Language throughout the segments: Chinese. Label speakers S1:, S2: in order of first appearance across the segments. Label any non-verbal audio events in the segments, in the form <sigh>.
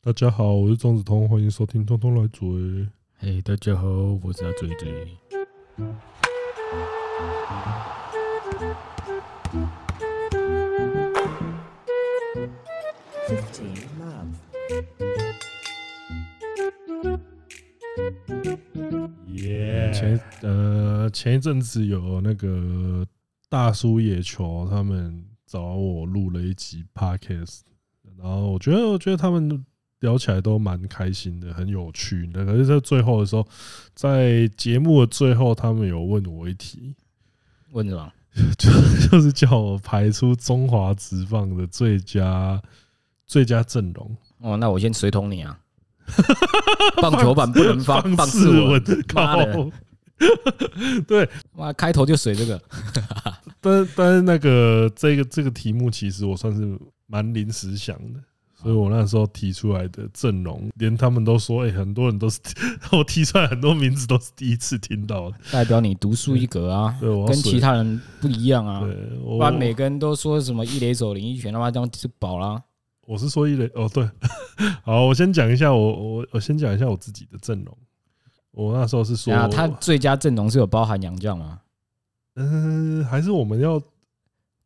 S1: 大家好，我是庄子通，欢迎收听《通通来嘴》。
S2: 嘿，大家好，我是阿嘴嘴。
S3: 15 love.
S1: 耶！前呃前一阵子有那个大叔野球，他们找我录了一集 podcast，然后我觉得我觉得他们聊起来都蛮开心的，很有趣的。可是，在最后的时候，在节目的最后，他们有问我一题， <laughs>
S2: 问什么？
S1: 就是叫我排出中华职棒的最佳最佳阵容。
S2: 哦，那我先随同
S1: <laughs>
S2: 你啊。棒球版不能发棒
S1: 四
S2: 四
S1: 文
S2: 文，，
S1: 靠
S2: 妈！的，
S1: 对，
S2: 妈开头就水这个。
S1: 但但是那个这个这个题目，其实我算是蛮临时想的，所以我那时候提出来的阵容，连他们都说，哎、很多人都是 <laughs> 我提出来很多名字都是第一次听到的。
S2: 代表你独树一格啊，
S1: 对我要
S2: 跟
S1: 水
S2: 其他人不一样啊。
S1: 对，
S2: 不
S1: 我
S2: 然每个人都说什么一垒手、林一拳，他妈这样就饱啊啦。
S1: 我是说一垒哦，对，好，我先讲一下我我我先讲一下我自己的阵容。我那时候是说，
S2: 啊，他最佳阵容是有包含杨将吗？
S1: 嗯、还是我们要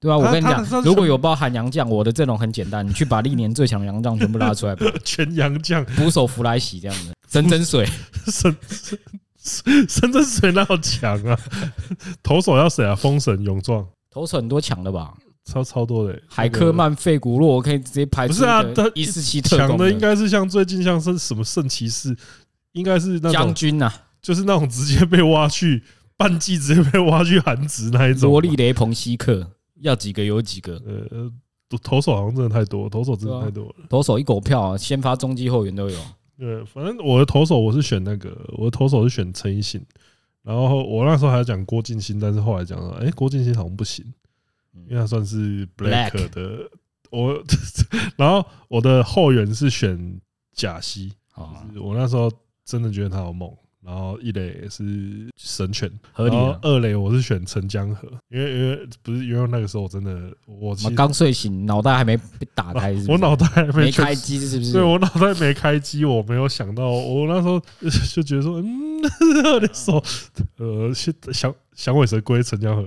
S2: 对啊，
S1: 他
S2: 我跟你
S1: 他他
S2: 讲，
S1: 是
S2: 如果有包含杨将，我的阵容很简单，你去把历年最强杨将全部
S1: <laughs>
S2: 拉出来，
S1: 全洋将
S2: 捕手弗莱喜这样子，整整水。
S1: 深深深圳谁那么强啊？ <laughs> 投手要谁啊？封神、勇壮，
S2: 投手很多强的吧？超
S1: 超多的欸、
S2: 海克曼、费古洛，我可以直接排
S1: 不
S2: 出
S1: 是啊他
S2: 一四七特
S1: 强
S2: 工
S1: 的应该是像最近像是什么圣骑士，应该是那
S2: 将
S1: 种
S2: 军啊呐，
S1: 就是那种直接被挖去半季直接被挖去韩职那一种。
S2: 罗利雷彭西克，要几个有几个，
S1: 呃，投手好像真的太多，投手真
S2: 啊
S1: 的太多了。
S2: 投手一狗票啊，先发中继后援都有。
S1: 对，反正我的投手我是选那个，我的投手是选陈奕迅，然后我那时候还讲郭敬欣，但是后来讲了，哎、郭敬欣好像不行，因为他算是
S2: 嗯 Black
S1: Black 的。我， <laughs> 然后我的后援是选贾西，
S2: 哦，
S1: 我那时候真的觉得他好猛。然后一垒也是神犬，
S2: 合理啊
S1: 然后二垒我是选陈江河，因为因为不是因为那个时候我真的我其实
S2: 我刚睡醒，脑袋还没被打开是不是，
S1: 我脑袋还
S2: 没
S1: 没
S2: 开机是不是？
S1: 对我脑袋没开机，我没有想到，我那时候 <laughs> 就觉得说，嗯，二垒手，呃，是响响尾蛇归陈江
S2: <laughs>
S1: 河。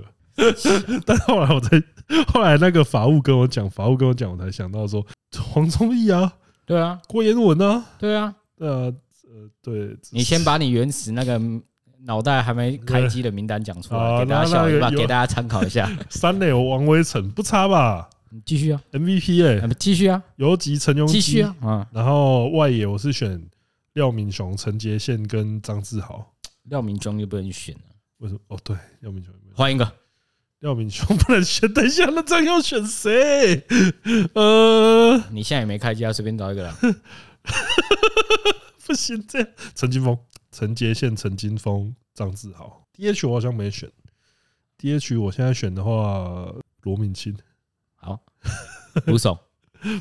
S1: 但后来我才后来那个法务跟我讲，法务跟我讲，我才想到说黄宗义啊，
S2: 对啊，
S1: 郭彦文啊，
S2: 对啊，
S1: 对啊，呃，对，
S2: 你先把你原始那个脑袋还没开机的名单讲出
S1: 好
S2: 来，给大家笑一
S1: 哦那那
S2: 把，
S1: 个有
S2: 给大家参考
S1: <laughs>
S2: 一下。
S1: 三垒王威成不差吧
S2: 你继续啊，
S1: ？MVP 哎、
S2: 呃继续啊，
S1: 游击陈庸基
S2: 继续啊，，啊，
S1: 然后外野我是选廖敏雄、陈杰宪跟张志豪。
S2: 廖明忠就不能选了，
S1: 为什么？哦，对，廖敏雄有没有
S2: 换一个。
S1: 廖敏雄不能选。等一下，那这样要选谁？呃，
S2: 你现在也没开机啊，随便找一个
S1: <laughs>
S2: 啦。
S1: 不行，这样陈金峰、陈杰宪、陈金峰、张志豪。DH 我好像没选，DH 我现在选的话，罗敏清
S2: 好，捕手，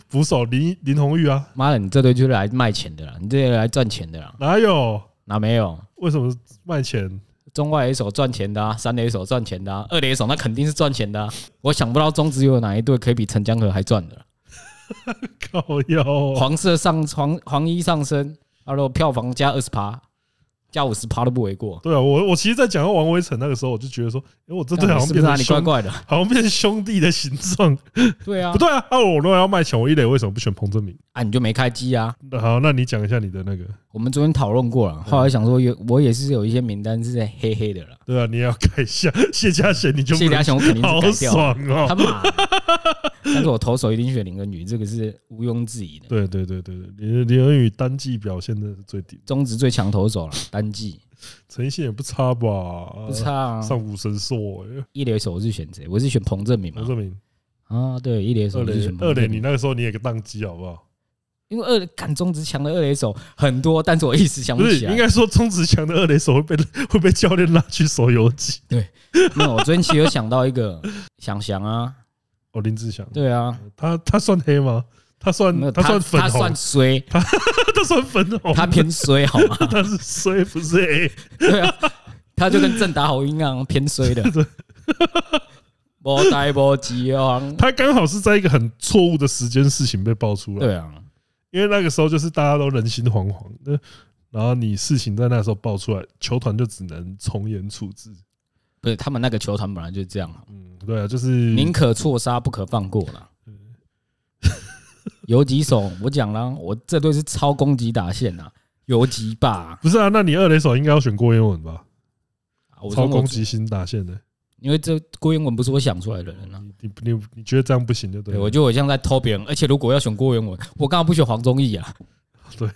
S1: 捕手林林红玉啊，
S2: 妈的，你这堆就是来卖钱的啦，你这些来赚钱的啦，
S1: 哪有？
S2: 哪没有？
S1: 为什么卖钱？
S2: 中外 A 手赚钱的啊，三 A 手赚钱的啊，二 A 手那肯定是赚钱的啊。我想不到中职有哪一队可以比陈江河还赚的啦。
S1: 靠腰啊！
S2: <laughs> 黄色上黄黄衣上身，然后票房加二十趴，加五十趴都不为过。
S1: 对啊，我我其实，在讲到王威成那个时候，我就觉得说，哎，我这队好像
S2: 是不
S1: 变
S2: 是哪啊
S1: 成
S2: 里怪
S1: 兄，
S2: 怪的？
S1: 好像变成兄弟的形状。
S2: 对 <laughs> 啊
S1: 不， <laughs> 对啊，啊，我如果要卖钱，我一垒为什么不选彭正明？
S2: 啊你就没开机啊。
S1: 那好，那你讲一下你的那个，
S2: 我们昨天讨论过了，后来想说有我也是有一些名单是黑黑的了，
S1: 对啊，你也要改一下谢家贤，你就
S2: 谢家雄肯定
S1: 好
S2: 是改掉了。
S1: 爽
S2: 他
S1: 哦。
S2: 妈的！ <laughs> 但是我投手一定选林恩宇，这个是毋庸置疑的。
S1: 对对对对对，林林恩宇单季表现的是最顶，
S2: 中职最强投手了，单季
S1: <laughs> 陈奕迅也不差吧？
S2: 不差啊。
S1: 上古神兽哎，
S2: 一垒手我是选谁？我是选彭正明嘛
S1: 彭。正明，
S2: 啊，对，一垒手
S1: 二
S2: 我是
S1: 垒
S2: 选
S1: 二
S2: 彭
S1: 垒，
S2: 正
S1: 你
S2: 明。
S1: 那个时候你也个宕机好不好？
S2: 因为二干中职强的二垒手很多，但是我一时想
S1: 不
S2: 不
S1: 是，
S2: 起来
S1: 应。该说钟子强的二垒手会被 <laughs> 会被教练拉去手游机。
S2: 没有，我昨天其实有想到
S1: <laughs>
S2: 一个想想啊，
S1: 哦，林志祥，
S2: 对啊，
S1: 他他算黑吗？他算
S2: 没有
S1: 算粉
S2: 他
S1: 红哦
S2: 算，衰，
S1: <laughs> 他算粉红，
S2: 他偏衰好吗？ <laughs>
S1: <laughs> 他是衰不是 A？
S2: 对啊，他就跟正达好音一样偏
S1: <laughs>
S2: 衰的。波呆波吉
S1: <laughs>
S2: 王，
S1: 他刚好是在一个很错误的时间事情被爆出来。
S2: 对啊，
S1: 因为那个时候就是大家都人心惶惶的，然后你事情在那时候爆出来，球团就只能从严处置。
S2: 不是他们那个球团本来就这样啊，
S1: 嗯，对啊，就是
S2: 宁可错杀不可放过啦。游击手，我讲了，我这队是超攻击打线呐，游击霸啊、
S1: 不是啊？那你二垒手应该要选郭彦文吧？
S2: 啊我说
S1: 超
S2: 我
S1: 攻击型打线的，
S2: 因为这郭英文不是我想出来的人啊。
S1: 你你你你觉得这样不行就对
S2: 对，
S1: 了。
S2: 我觉得我像在偷别人，而且如果要选郭元文， <laughs> 我干嘛不选黄宗义啊？
S1: 对，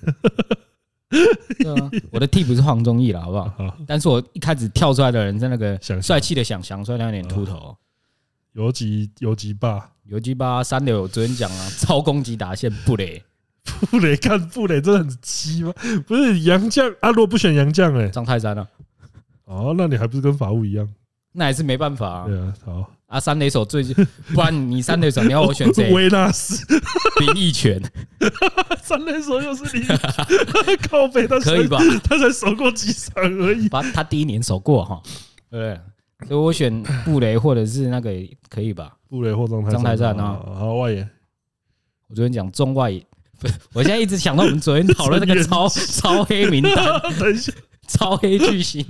S2: <laughs> 对啊，我的替补是黄宗义了，好不好？
S1: 好，
S2: 但是我一开始跳出来的人在那个
S1: 想啊
S2: 帅气的想想，所以他有点秃头。
S1: 游击游击霸，
S2: 游击吧三流，我昨天讲了， <laughs> 超攻击打线不嘞，
S1: 布雷看布雷真的很鸡吗？不是杨将啊，如果不选杨将哎，
S2: 张泰山啊，
S1: 哦，那你还不是跟法务一样？
S2: 那还是没办法啊。
S1: 对啊，好，
S2: 啊，三垒手最，不然你三垒手你要我选
S1: <laughs>
S2: 谁？
S1: 维纳斯
S2: 林
S1: <laughs>
S2: 奕泉
S1: 三垒手又是你， <laughs> 靠背他才
S2: 可以吧？
S1: 他才守过几场而已。
S2: 把他第一年守过哈，对不对？所以我选布雷或者是那个可以吧？
S1: 布雷或张泰
S2: 张泰山啊
S1: 哦好好外援，
S2: 我昨天讲中外野，不是，我现在一直想到我们昨天讨论那个超超黑名
S1: <laughs>
S2: 单、
S1: <laughs> 等一下
S2: 超黑巨星，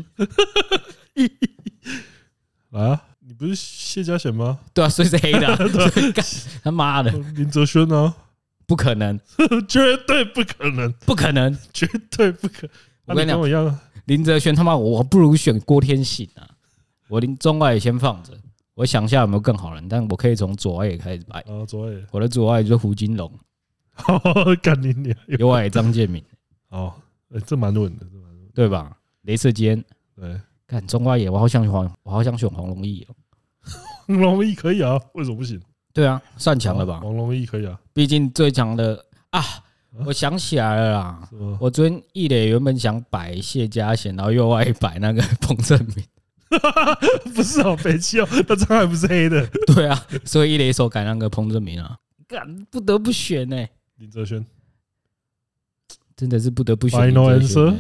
S1: 啊，你不是谢家贤吗？ <laughs>
S2: 对啊，所以是黑的啊、所以干他妈的，
S1: 林哲轩啊， <laughs>
S2: 不可能，
S1: 绝对不可能，
S2: 不可能！
S1: 绝对不可。
S2: 我
S1: 啊
S2: 跟
S1: 跟
S2: 你讲，
S1: 我一样啊，
S2: 林哲轩他妈，我不如选郭天信啊！我林中外野先放着，我想一下有没有更好人，但我可以从左外野开始摆。
S1: 啊，左野， <laughs>
S2: 我的左外野就是胡金龙，
S1: 好，干你娘！
S2: 右外野张建民，
S1: 好，哎，这蛮稳的，这蛮稳
S2: 对吧？雷射坚，
S1: 的。
S2: 看中外野，我好想选黄，我好想选黄龙毅哦。
S1: 对，王龙毅可以啊，为什么不行？
S2: 对啊，算强了吧？
S1: 王龙毅可以啊，
S2: 毕竟最强的啊，我想起来了啦。
S1: 是吗？
S2: 我昨天一垒原本想摆谢家贤，然后右外摆那个 <laughs> 彭正明。
S1: <laughs> 不是好北气哦，那张还不是黑的。
S2: 对啊，所以一垒手改那个彭正明啊，干不得不选欸呢、
S1: 林哲轩，
S2: 真的是不得不选
S1: Final
S2: 林哲轩欸、
S1: answer？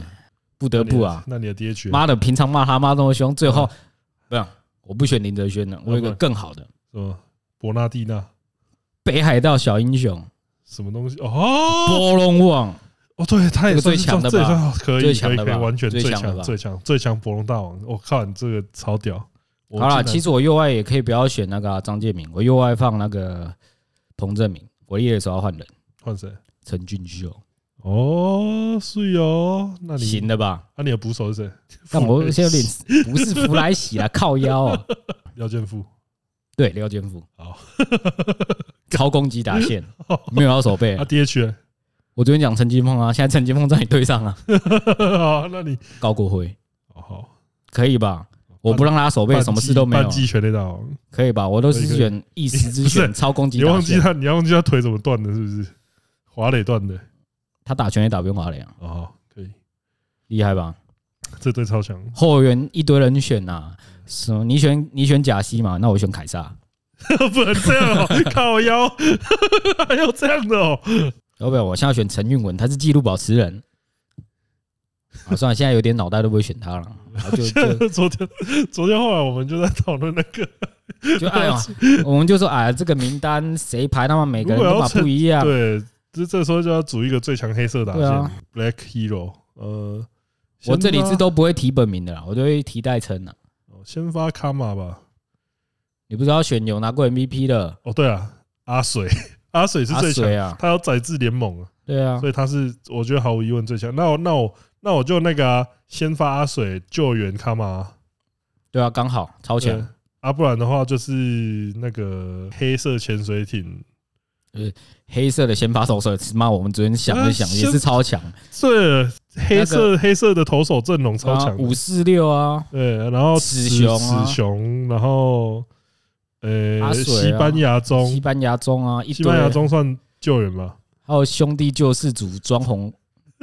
S2: 不得不啊！
S1: 那你的 DH
S2: 妈的，平常骂他骂那么凶，最
S1: 嗯
S2: 后不是我不选林哲轩了，我有一
S1: 那不
S2: 个
S1: 然
S2: 更好的
S1: 什么？伯纳蒂娜
S2: 北海道小英雄
S1: 什么东西？哦
S2: 波隆旺，
S1: 哦，对，他也
S2: 这
S1: 算
S2: 个最
S1: 是
S2: 强的
S1: 这也
S2: 吧
S1: 算好可以，
S2: 最
S1: 可
S2: 强
S1: 以，
S2: 的
S1: 可以，
S2: 吧
S1: 完全
S2: 最
S1: 最
S2: 强的
S1: 强，
S2: 吧
S1: 最强，最强博龙大王。我靠，你这个超屌！我
S2: 好啦，
S1: 竟然
S2: 其实我右外也可以不要选那个啊张、建明，我右外放那个彭正明，我一垒手要换人，
S1: 换谁？
S2: 陈俊秀，
S1: 哦，是哦，那你啊
S2: 行，了吧？
S1: 那你的捕手是谁？
S2: 但我现在有点
S1: <laughs>
S2: 不是弗莱喜啊，靠腰啊，
S1: 廖健富。
S2: 对，廖健富
S1: 好，
S2: <laughs> 超攻击打
S1: <laughs>
S2: 线，没有要守备
S1: 啊。，DH 呢 <laughs>
S2: 我昨天讲陈金凤啊，现在陈金凤在你队上啊，
S1: 好，那你
S2: 高国辉
S1: 哦好，
S2: 可以
S1: 哦
S2: 吧？我不让他守备，什么事都没有
S1: 半，季全垒哦打王，
S2: 可以吧？我都是选一时
S1: <laughs>
S2: 之
S1: 不
S2: 选，
S1: 是
S2: 超攻击
S1: 你
S2: 打
S1: 忘记
S2: 线。
S1: 他，你忘记他腿怎么断的，是不是？滑垒断的
S2: 他打全也打不用华联啊，
S1: 哦，好可以，
S2: 厉害吧？
S1: 这队超强， <laughs>
S2: 后援一堆人选呐、什么？你选你选贾西嘛？那我选凯撒，
S1: 不能这样
S2: <laughs>
S1: 哦，靠腰， <laughs> 还有这样的哦，
S2: 要不要？我现在选陈韵文，他是纪录保持人。啊，算了，现在有点脑袋都不会选他了，啊、
S1: <laughs>
S2: 就就
S1: 昨天，昨天后来我们就在讨论那个，
S2: <laughs> 就哎呀，我们就说哎，这个名单谁排，他们每个人都嘛不一样。
S1: 对，这这时候就要组一个最强黑色打线、
S2: 啊对啊
S1: Black Hero，呃，
S2: 我这里
S1: 先发
S2: 是都不会提本名的啦，我都会提代称啦。
S1: 哦先发卡玛吧，
S2: 你不知道选有拿过 MVP 的
S1: 哦对啊，阿水， <laughs> 阿水是
S2: 阿
S1: 最强
S2: 水，啊？
S1: 他有载至联盟啊，
S2: 对啊，
S1: 所以他是我觉得毫无疑问最强。那我那我那我就那个啊、先发阿水救援卡玛啊，
S2: 对啊，刚好超
S1: 对
S2: 强。
S1: 啊，不然的话就是那个黑色潜水艇，
S2: 黑色的先发投手，妈，我们昨天想了想
S1: 啊
S2: 也是超强，
S1: 这黑色、黑色的投手阵容超强的，
S2: 五四六啊，
S1: 对，然后
S2: 雌雄啊
S1: 雌雄，然后呃、
S2: 阿水啊
S1: 西班牙中
S2: 西，班牙中啊，一
S1: 西
S2: 堆
S1: 班牙中算救援吧，
S2: 还有兄弟救世主装红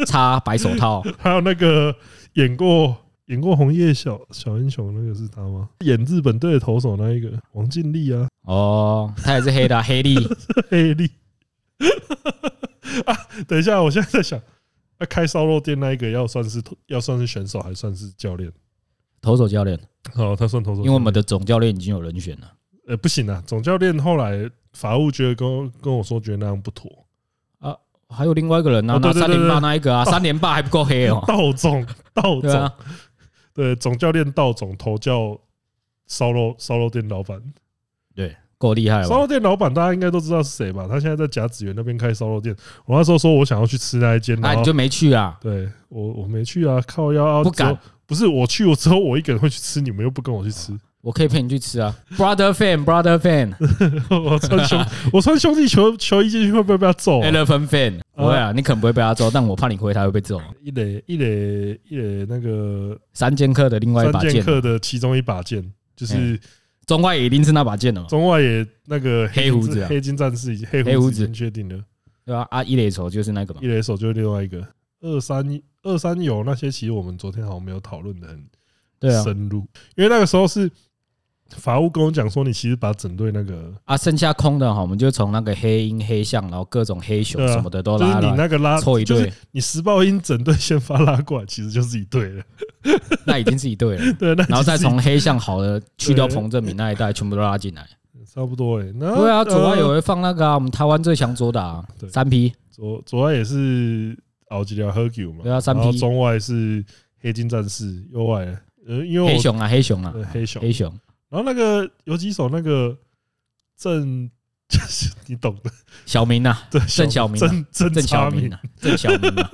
S2: 插白手套，
S1: 还有那个演过演过红叶小小英雄那个是他吗？演日本队的投手那一个王进力啊，
S2: 哦，他也是黑的啊、
S1: <laughs>
S2: 黑力，
S1: 黑力啊，等一下，我现在在想。那、开烧肉店那一个要算是要算是选手还算是教练？
S2: 投手教练，
S1: 哦，他算投手教
S2: 因
S1: 练，
S2: 为我们的总教练已经有人选了
S1: 呃不行啊，总教练后来法务觉得跟我跟我说觉得那样不妥，
S2: 还有另外一个人啊，
S1: 哦对
S2: 那
S1: 对
S2: 三
S1: 对
S2: 连霸
S1: 对哦
S2: 那一个啊，三连霸还不够
S1: <laughs>
S2: 黑哦，
S1: 道
S2: <laughs>
S1: 总，道
S2: 对
S1: 总
S2: 啊，，
S1: 对，总教练道总投教烧肉烧肉店老板，
S2: 对，够厉害了
S1: 烧
S2: 吧。
S1: 肉店老板大家应该都知道是谁吧？他现在在甲子园那边开烧肉店。我那时候说我想要去吃那一间，
S2: 那
S1: 然
S2: 你
S1: 后
S2: 就没去啊？
S1: 对我我没去啊，靠腰啊
S2: 不敢，
S1: 只有不是我去，我之后我一个人会去吃，你们又不跟我去吃。 <laughs>
S2: 我可以陪你去吃啊，brother fan，brother
S1: 我穿兄，我穿兄弟球球衣进去会不会被他揍啊、
S2: fan，elephant fan，不会啊，你可能不会被他揍，但我怕你回他会被揍。
S1: 一垒一垒一垒那个
S2: 三剑客的另外一
S1: 三
S2: 把
S1: 剑
S2: 剑，啊哎
S1: 客的其中一把剑，就是
S2: 中外也一定是那把剑了嘛，
S1: 中外野那个
S2: 哦黑胡子啊
S1: 黑金战士已经黑
S2: 黑
S1: 胡
S2: 胡
S1: 子
S2: 子
S1: 已经确定了。
S2: 对吧？啊，一垒手就是那个嘛
S1: 一，垒手就是另外一个二三一二三有那些，其实我们昨天好像没有讨论的很
S2: 对啊，
S1: 深入，因为那个时候是法务跟我讲说，你其实把整队那个
S2: 啊，剩下空的哈，我们就从那个黑鹰、黑象，然后各种黑熊
S1: 对啊
S2: 什么的都
S1: 就是
S2: 拉
S1: 你
S2: 了，
S1: 那个拉
S2: 凑一
S1: 就是
S2: 队，
S1: 你石报英整队先发拉过来，其实就是一队了。
S2: 那已经是
S1: <laughs>
S2: 一队了。
S1: 对，那
S2: 然后再
S1: 其实
S2: 从黑象好的去掉
S1: 对
S2: 彭正明那一带，全部都拉进来。
S1: 差不多哎、那
S2: 对啊，左外有
S1: 呃
S2: 会放那个啊，我们台湾最强左打啊
S1: 对
S2: 三 P，
S1: 左左外也是奥吉廖喝酒嘛，
S2: 对啊三
S1: 然后
S2: P
S1: 中外是黑金战士，右外呃因为我
S2: 黑熊啊，黑熊啊，
S1: 呃黑熊
S2: 黑熊，
S1: 然后那个有几首那个郑， <laughs> 就是你懂的，
S2: 小明啊，
S1: 对，
S2: 郑晓明啊
S1: 郑郑 <laughs>
S2: 郑
S1: 差
S2: 小
S1: 明
S2: 明，啊，郑小明
S1: <laughs>
S2: 啊，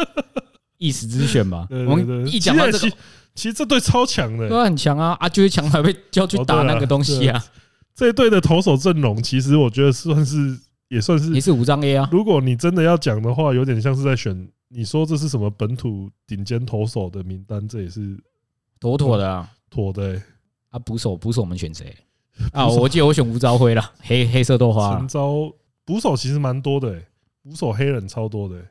S2: 一时之选吧。
S1: 对
S2: 我
S1: 对对
S2: 们一讲到这
S1: 其
S2: 个
S1: 实，其实这队超强的、
S2: 都很强啊，啊，就是强还被叫去打
S1: 哦
S2: 那个东西啊，
S1: 这一队的投手阵容，其实我觉得算是也算是
S2: 也，是五张 A 啊，
S1: 如果你真的要讲的话，有点像是在选。你说这是什么本土顶尖投手的名单？这也是
S2: 妥妥的啊。
S1: 妥的、欸。
S2: 啊，捕手捕手我们选谁
S1: <laughs>
S2: 啊？
S1: 捕手
S2: 我记得我选吴朝辉啦，黑黑色豆花啊
S1: 陈
S2: 啦，
S1: 招捕手其实蛮多的、欸，捕手黑人超多的、欸。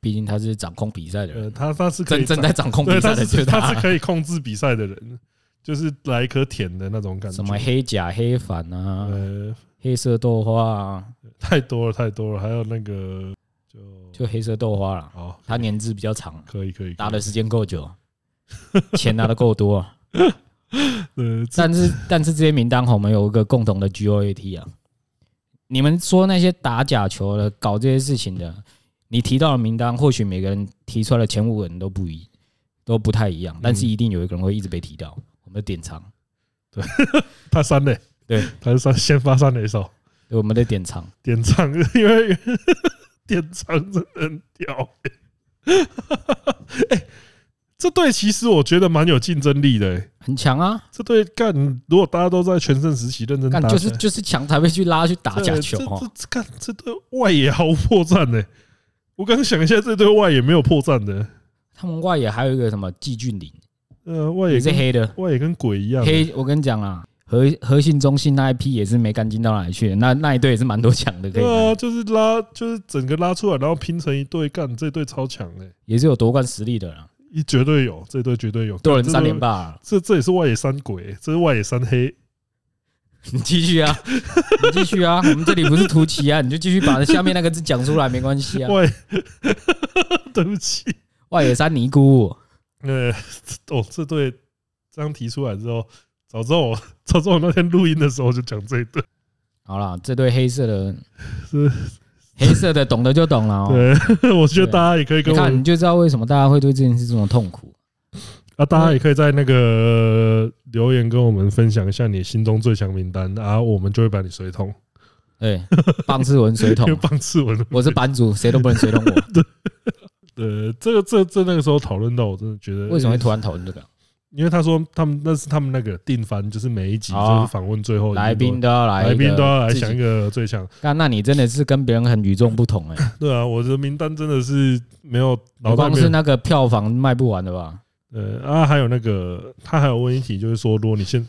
S2: 毕竟他是掌控比赛的人，
S1: 呃，他他是可以
S2: 真正在掌控
S1: 对，
S2: 比
S1: 他
S2: 赛的就是
S1: 他是
S2: 他。
S1: 可以控制比赛的人，就是来一颗甜的那种感觉。
S2: 什么黑甲、黑反啊，
S1: 呃，
S2: 黑色豆花啊，
S1: 太多了，太多了。还有那个，就
S2: 就黑色豆花啦。
S1: 好，
S2: 他年资比较长，
S1: 可以可以
S2: 打的时间够久，钱拿的够
S1: <laughs>
S2: 多。
S1: 呃，这
S2: 但是但是这些名单吼我们有一个共同的 GOAT 啊，你们说那些打假球的、搞这些事情的，你提到的名单，或许每个人提出来的前五个人都不一，都不太一样，
S1: 嗯
S2: 但是一定有一个人会一直被提到。我们的典藏，
S1: 他三垒，
S2: 对，
S1: 他是三先发三垒手，
S2: 对我们的典藏，
S1: 点唱， <laughs> 因为点唱真的很屌。 <laughs> 哎，这队其实我觉得蛮有竞争力的、欸。
S2: 很强啊，
S1: 这队干，如果大家都在全盛时期认真打
S2: 干
S1: 起来，
S2: 就是就是强才会去拉去打假球
S1: 这
S2: 哦。
S1: 这这看这对外野毫无破绽呢、我刚想一下，这对外野没有破绽的。
S2: 他们外野还有一个什么季俊霖，
S1: 呃，外野
S2: 也是
S1: 跟
S2: 黑的，
S1: 外野跟鬼一样、欸
S2: 黑。我跟你讲啊，和和信中信那一批也是没干净到哪里去，那那一队也是蛮多强的，可以
S1: 对
S2: 拿
S1: 啊，就是拉，就是整个拉出来，然后拼成一队干，这队超强哎、
S2: 也是有夺冠实力的啦，
S1: 一绝对有，这队绝对有。
S2: 多
S1: 干
S2: 人
S1: 这
S2: 三连
S1: 队
S2: 霸啊，
S1: 这这也是外野三鬼、这是外野三黑，
S2: 你继续啊，你继续啊，我们这里不是图奇啊，你就继续把下面那个字讲出来，没关系啊。
S1: 外 <laughs> 对不起，
S2: 外野山尼姑，
S1: 呃，哦，这队这样提出来之后，早知道我 <laughs> 早知道我那天录音的时候就讲这一队，
S2: 好啦，这对黑色的
S1: 是，
S2: 黑色的懂的就懂了哦。
S1: 对， <laughs> 我觉得
S2: 对
S1: 大家也可以
S2: 你
S1: 跟我
S2: 看你就知道为什么大家会对这件事这么痛苦。
S1: 啊，大家也可以在那个留言跟我们分享一下你心中最强名单啊，我们就会把你水桶，
S2: 对，棒是文水桶
S1: <laughs> 因为，棒次文
S2: 我是版主，谁都不能水桶我。
S1: 呃，这个这这那个时候讨论到，我真的觉得呃
S2: 为什么会突然讨论这个？
S1: 因为他说他们那是他们那个定番，就是每一集就
S2: 哦
S1: 是访问最后一定
S2: 来宾
S1: 都
S2: 都要来
S1: 来
S2: 一个自己，
S1: 宾都要来想一个最强，
S2: 干。那你真的是跟别人很与众不同
S1: <laughs>
S2: 哎。
S1: 对啊，我的名单真的是没有脑
S2: 你
S1: 袋
S2: 光
S1: 没
S2: 是
S1: 有
S2: 那个票房卖不完的吧？
S1: 呃啊，还有那个他还有问一题，就是说如果你现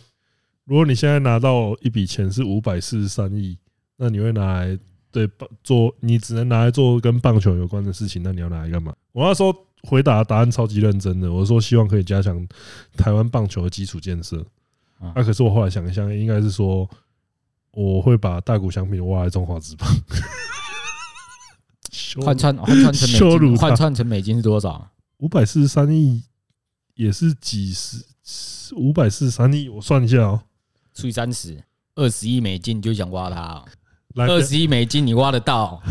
S1: 如果你现在拿到一笔钱是五百四十三亿，那你会拿来对棒做，你只能拿来做跟棒球有关的事情，那你要拿来干嘛？我那时候回答的答案超级认真的，我说希望可以加强台湾棒球的基础建设。
S2: 嗯
S1: 啊，可是我后来想一想，应该是说我会把大谷翔平挖来中华职棒， <laughs> 羞
S2: 换算换算成
S1: 羞
S2: 美
S1: 辱
S2: 金，
S1: 他
S2: 换算成美金是多少？
S1: 五百四十三亿也是几十五百四十三亿，我算一下哦、
S2: 除以三十，二十亿美金你就想挖他、哦？
S1: 来
S2: 二十亿美金你挖得到、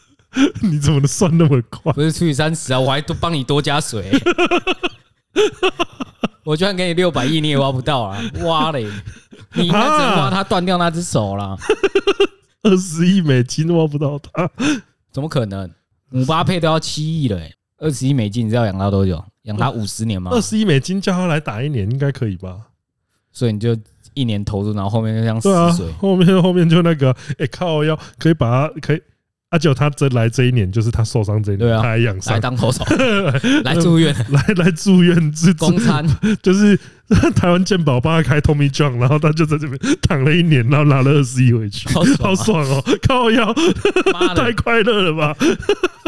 S1: <laughs> 你怎么能算那么快？
S2: 不是除以三十啊，我还多帮你多加水、欸我就算给你六百亿，你也挖不到啊！挖嘞，你应该只
S1: 啊
S2: 能挖他断掉那只手啦，
S1: 二十亿美金挖不啊到
S2: 啊
S1: 它，
S2: 怎么可能？姆巴佩都要七亿了、欸，二十亿美金，你知道养他多久？养他五十年吗
S1: 二？十亿美金叫他来打一年应该可以吧？
S2: 所以你就一年投入，然后后面就像
S1: 对啊
S2: 死水。，
S1: 后面后面就那个，哎、靠腰可以把他可以，阿九他真来这一年就是他受伤这一年，
S2: 对啊
S1: 他还养伤
S2: 来，当投手， <laughs> 来住院，
S1: <laughs> 来来住院治治
S2: 公餐，
S1: 就是 <laughs> 台湾健保帮他开 Tommy John，然后他就在这边躺了一年，然后拿了二十亿回去，
S2: 好爽
S1: 好
S2: 啊！
S1: 爽哦！靠腰
S2: 妈
S1: 太
S2: 的，
S1: 快乐了吧？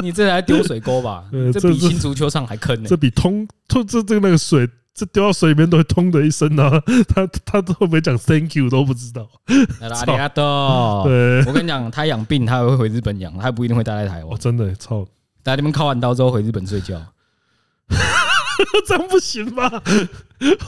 S2: 你这还丢水
S1: <laughs>
S2: 沟吧？
S1: 呃
S2: 这
S1: 这
S2: 比
S1: 这
S2: 新足球场还坑呢
S1: 这。比通这这这个那个水，这丢到水里面都会通的一声，然后 <laughs> 他他他会不会讲 Thank you 都不知道。
S2: 阿里阿多，
S1: <laughs> 对，
S2: 我跟你讲，他养病，他还会回日本养，他不一定会待在台
S1: 哦，
S2: 湾。
S1: 真的操， <laughs>
S2: 在那边敲完刀之后回日本睡觉，
S1: 这样不行
S2: <laughs>
S1: 吧？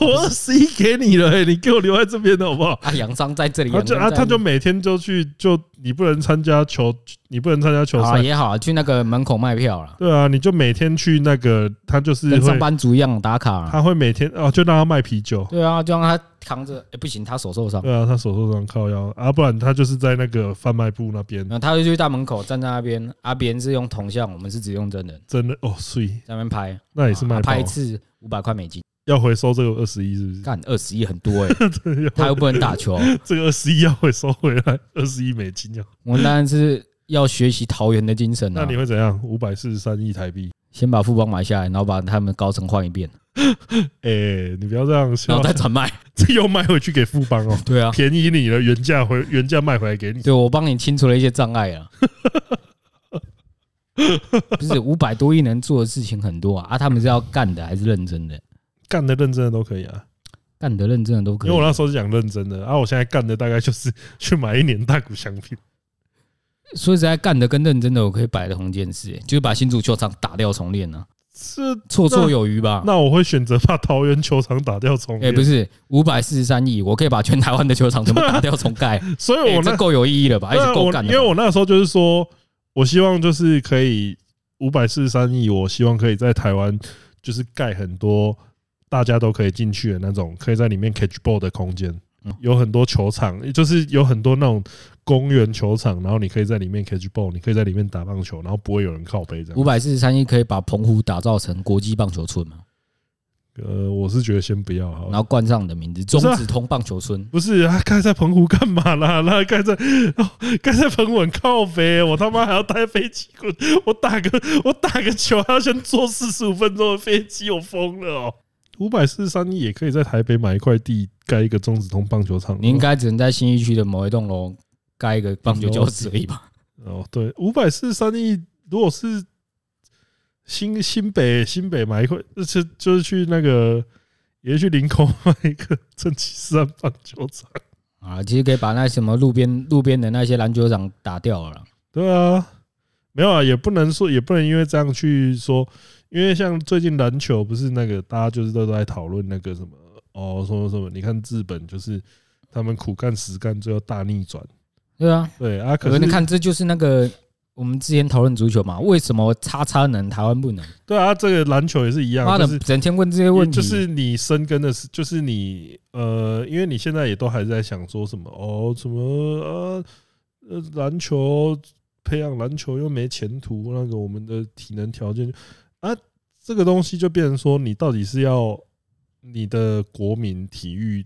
S1: 我二十一给你了、欸，你给我留在这边好不好？
S2: 啊，养伤在这里，
S1: 他就
S2: 养
S1: 啊，
S2: 伤在
S1: 他就每天就去，就你不能参加球，你不能参加球
S2: 好啊
S1: 赛，
S2: 也好啊，去那个门口卖票了，
S1: 对啊，你就每天去那个，他就是
S2: 跟
S1: 会
S2: 上班族一样打卡啦。
S1: 他会每天哦，就让他卖啤酒。
S2: 对啊，就让他扛着，哎，不行，他手受伤，
S1: 对啊，他手受伤靠腰啊，不然他就是在那个贩卖部那边
S2: 然，后他就去大门口站在那边，啊，别人是用铜像，我们是只用真人
S1: 真的哦，碎，
S2: 在那边拍，
S1: 那也是卖
S2: 啊
S1: 爆
S2: 拍一次五百块美金，
S1: 要回收这个二十一是不是？
S2: 干二十亿很多哎，
S1: 真的
S2: <laughs> 他
S1: <laughs> 要
S2: 又不能打球，
S1: 这个二十一要回收回来，二十一美金要，
S2: 我们当然是要学习桃园的精神
S1: 那
S2: 啊
S1: 你，会怎样？五百四十三亿台币，
S2: 先把富邦买下来，然后把他们高层换一遍，
S1: 哎，你不要这样
S2: 然
S1: 笑
S2: 后，再
S1: <laughs>
S2: 转卖。
S1: 这又卖回去给富
S2: <laughs>
S1: 邦哦，
S2: 对啊，
S1: 便宜你了，原价回原价卖回来给你，
S2: 对，我帮你清除了一些障碍
S1: <laughs>
S2: 啊。不是五百多亿能做的事情很多啊，啊，他们是要干的还是认真的？
S1: 干的认真的都可以啊，
S2: 干的认真的都可
S1: 因为我
S2: 以，
S1: 那时候是讲认真的，啊，我现在干的大概就是 <laughs> 去买一年大股香槟，
S2: 说实在，干的跟认真的我可以摆同一件事、欸就是把新足球场打掉重练啊，
S1: 是
S2: 绰绰有余吧。
S1: 那我会选择把桃园球场打掉重
S2: 哎、
S1: 练。
S2: 不是五百四十三亿，我可以把全台湾的球场全部打掉
S1: <laughs>
S2: 重盖，
S1: 所以
S2: 哎、
S1: 我那、
S2: 这够有意义了吧？还
S1: 对啊
S2: 是够
S1: 我
S2: 干
S1: 因
S2: 的
S1: 为
S2: 吧。
S1: 我那时候就是说，我希望就是可以五百四十三亿，我希望可以在台湾就是盖很多大家都可以进去的那种，可以在里面 catch ball 的空间
S2: 嗯，
S1: 有很多球场，就是有很多那种公园球场，然后你可以在里面 catch ball，你可以在里面打棒球，然后不会有人靠背这
S2: 五
S1: 样。
S2: 百四十三亿可以把澎湖打造成国际棒球村嘛，
S1: 呃，我是觉得先不要好
S2: 然
S1: 了。
S2: 后冠上你的名字“中
S1: 哦是啊
S2: 子通棒球村
S1: 不是他盖在澎湖干嘛啦？ <laughs> 那盖在哦盖在澎湖很靠北，我他妈还要搭飞机过去，我打个我打个球还要先坐四十五分钟的飞机，我疯了哦！五百四十三亿也可以在台北买一块地盖一个中子通棒球场了吧。
S2: 你应该只能在新一区的某一栋楼盖一个棒球教室而已
S1: <laughs>
S2: 吧？
S1: 哦，对，五百四十三亿，如果是新新北新北买一块，就是就是去那个也去林口买一个 <laughs> 正气山棒球场。
S2: 啊，其实可以把那什么路边路边的那些篮球场打掉了啦。
S1: 对啊，没有啊，也不能说，也不能因为这样去说，因为像最近篮球不是那个，大家就是都在讨论那个什么哦，什么什么，你看日本就是他们苦干实干，最后大逆转。
S2: 对啊，
S1: 对啊，可
S2: 可是
S1: 是
S2: 你看，这就是那个我们之前讨论足球嘛，为什么叉叉能台湾不能？
S1: 对啊，这个篮球也是一样，
S2: 妈
S1: 就
S2: 的，
S1: 是
S2: 整天问这些问题，
S1: 就是你生根的是，就是你呃，因为你现在也都还在想说什么哦，什么呃呃篮球培养篮球又没前途，那个我们的体能条件啊，这个东西就变成说，你到底是要你的国民体育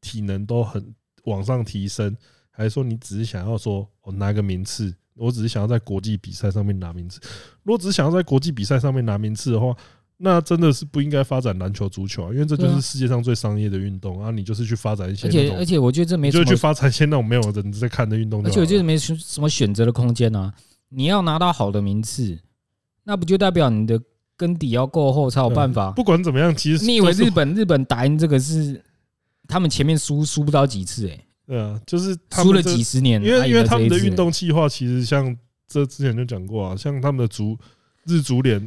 S1: 体能都很往上提升，还是说你只是想要说我、拿个名次？我只是想要在国际比赛上面拿名次。如果只是想要在国际比赛上面拿名次的话，那真的是不应该发展篮球、足球啊，因为这就
S2: 对啊
S1: 是世界上最商业的运动啊。你就是去发展一些
S2: 而
S1: 那
S2: 且而
S1: 种，
S2: 且我觉得这没
S1: 你
S2: 什
S1: 就去
S2: 么，
S1: 发展一些那种没有人在看的运动就好
S2: 而
S1: 了。
S2: 且我觉得没什么选择的空间啊。你要拿到好的名次，那不就代表你的根底要够厚才有办法？
S1: 啊不管怎么样，其实
S2: 你以为
S1: 就是
S2: 日本日本打赢这个是他们前面输输不到几次哎、
S1: 对啊，就是他
S2: 输
S1: 们
S2: 了
S1: 这
S2: 几十年，
S1: 因为因为他们的运
S2: 啊，
S1: 动计划其实像这之前就讲过啊，像他们的足日足联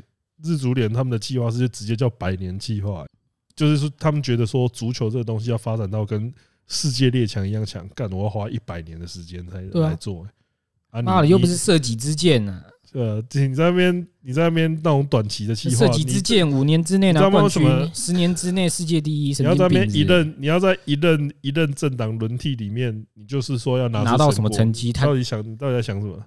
S1: 日足联他们的计划是直接叫百年计划欸、就是说他们觉得说足球这个东西要发展到跟世界列强一样强，干我要花一百年的时间才
S2: 对啊
S1: 来做欸、啊你
S2: 赢得这一次妈的，又不
S1: 你
S2: 是射击之剑呢、
S1: 呃，你在那边你在那边那种短期的计划，
S2: 射击之剑五年之内
S1: 你
S2: 拿
S1: 知道吗
S2: 冠
S1: 为什
S2: 军
S1: 么，
S2: 十年之内世界第一，
S1: 你
S2: 神
S1: 你要在
S2: 经
S1: 那
S2: 病
S1: 边
S2: 之
S1: 一
S2: 类的
S1: 任，你要在一任一任政党轮替里面，你就是说要拿
S2: 拿
S1: 出
S2: 到什么
S1: 果
S2: 成绩
S1: 你
S2: 他
S1: 到底想你到底在想什么？